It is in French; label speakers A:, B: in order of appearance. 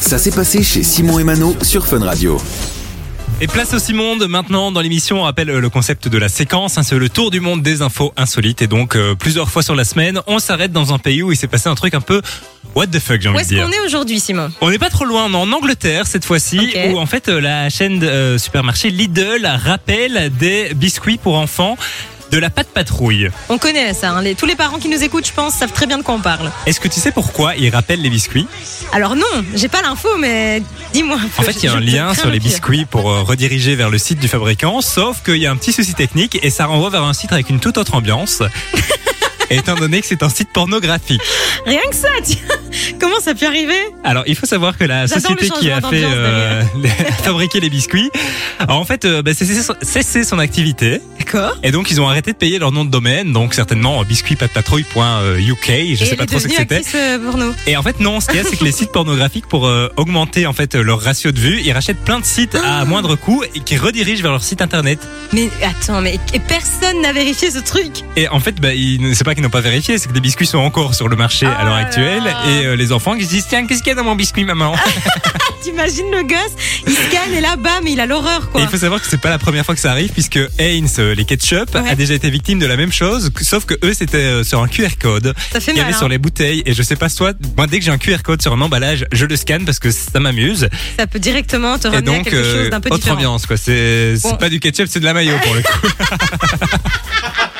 A: Ça s'est passé chez Simon et Mano sur Fun Radio.
B: Et place au Simonde, maintenant dans l'émission, on rappelle euh, le concept de la séquence, hein, c'est le tour du monde des infos insolites et donc euh, plusieurs fois sur la semaine, on s'arrête dans un pays où il s'est passé un truc un peu what the fuck j'ai
C: Où
B: envie de
C: est-ce
B: dire.
C: qu'on est aujourd'hui, Simon
B: On n'est pas trop loin, on est en Angleterre cette fois-ci,
C: Ok.
B: où en fait euh, la chaîne de euh, supermarché Lidl rappelle des biscuits pour enfants de la pâte patrouille.
C: On connaît ça. hein. Les- tous les parents qui nous écoutent, je pense, savent très bien de quoi on parle.
B: Est-ce que tu sais pourquoi ils rappellent les biscuits
C: Alors non, j'ai pas l'info, mais dis-moi. un peu,
B: En fait, il y a
C: je-
B: un
C: je
B: lien
C: crains
B: sur
C: le
B: les
C: pire.
B: biscuits pour euh, rediriger vers le site du fabricant, sauf qu'il y a un petit souci technique et ça renvoie vers un site avec une toute autre ambiance. étant donné que c'est un site pornographique.
C: Rien que ça, tiens. Comment ça peut arriver
B: Alors, il faut savoir que la
C: J'adore le
B: société qui a
C: changement
B: fait
C: d'ambiance,
B: euh, les- fabriquer les biscuits, a en fait, euh, bah, cessé son- cessé son activité.
C: D'accord.
B: Et donc, ils ont arrêté de payer leur nom de domaine, donc certainement euh, biscuitpatpatrouille.uk, je
C: Et
B: sais
C: elle
B: pas
C: est
B: trop ce que
C: devenue
B: c'était.
C: actrice euh, porno.
B: Et en fait, non, ce qu'il y a, c'est que les sites pornographiques, pour euh, augmenter en fait euh, leur ratio de vues, ils rachètent plein de sites à
C: Ah.
B: moindre coût et qui redirigent vers leur site internet.
C: Mais attends, mais et personne n'a vérifié ce truc.
B: Et en fait, bah, ils ne- c'est pas qu'ils n'ont pas vérifié, c'est que des biscuits sont encore sur le marché à
C: Ah
B: l'heure
C: là
B: actuelle.
C: là. Ah,
B: Et euh, les enfants qui se disent, tiens, qu'est-ce qu'il y a dans mon biscuit, maman
C: T'imagines le gosse, il scanne et là, bam, il a l'horreur,
B: Et
C: quoi.
B: il faut savoir que c'est pas la première fois que ça arrive, puisque Heinz, euh, les ketchup,
C: Ouais.
B: a déjà été victime de la même chose, que- sauf que eux, c'était euh, sur un QR code
C: Ça fait
B: qu'il y
C: mal.
B: avait
C: hein.
B: sur les bouteilles. Et je sais pas, toi, moi, dès que j'ai un QR code sur un emballage, je le scanne parce que ça m'amuse.
C: Ça peut directement te
B: Et
C: ramener à
B: donc,
C: quelque
B: euh,
C: chose d'un peu
B: autre
C: différent.
B: ambiance, quoi. C'est c'est
C: Bon.
B: pas du ketchup, c'est de la mayo pour le coup.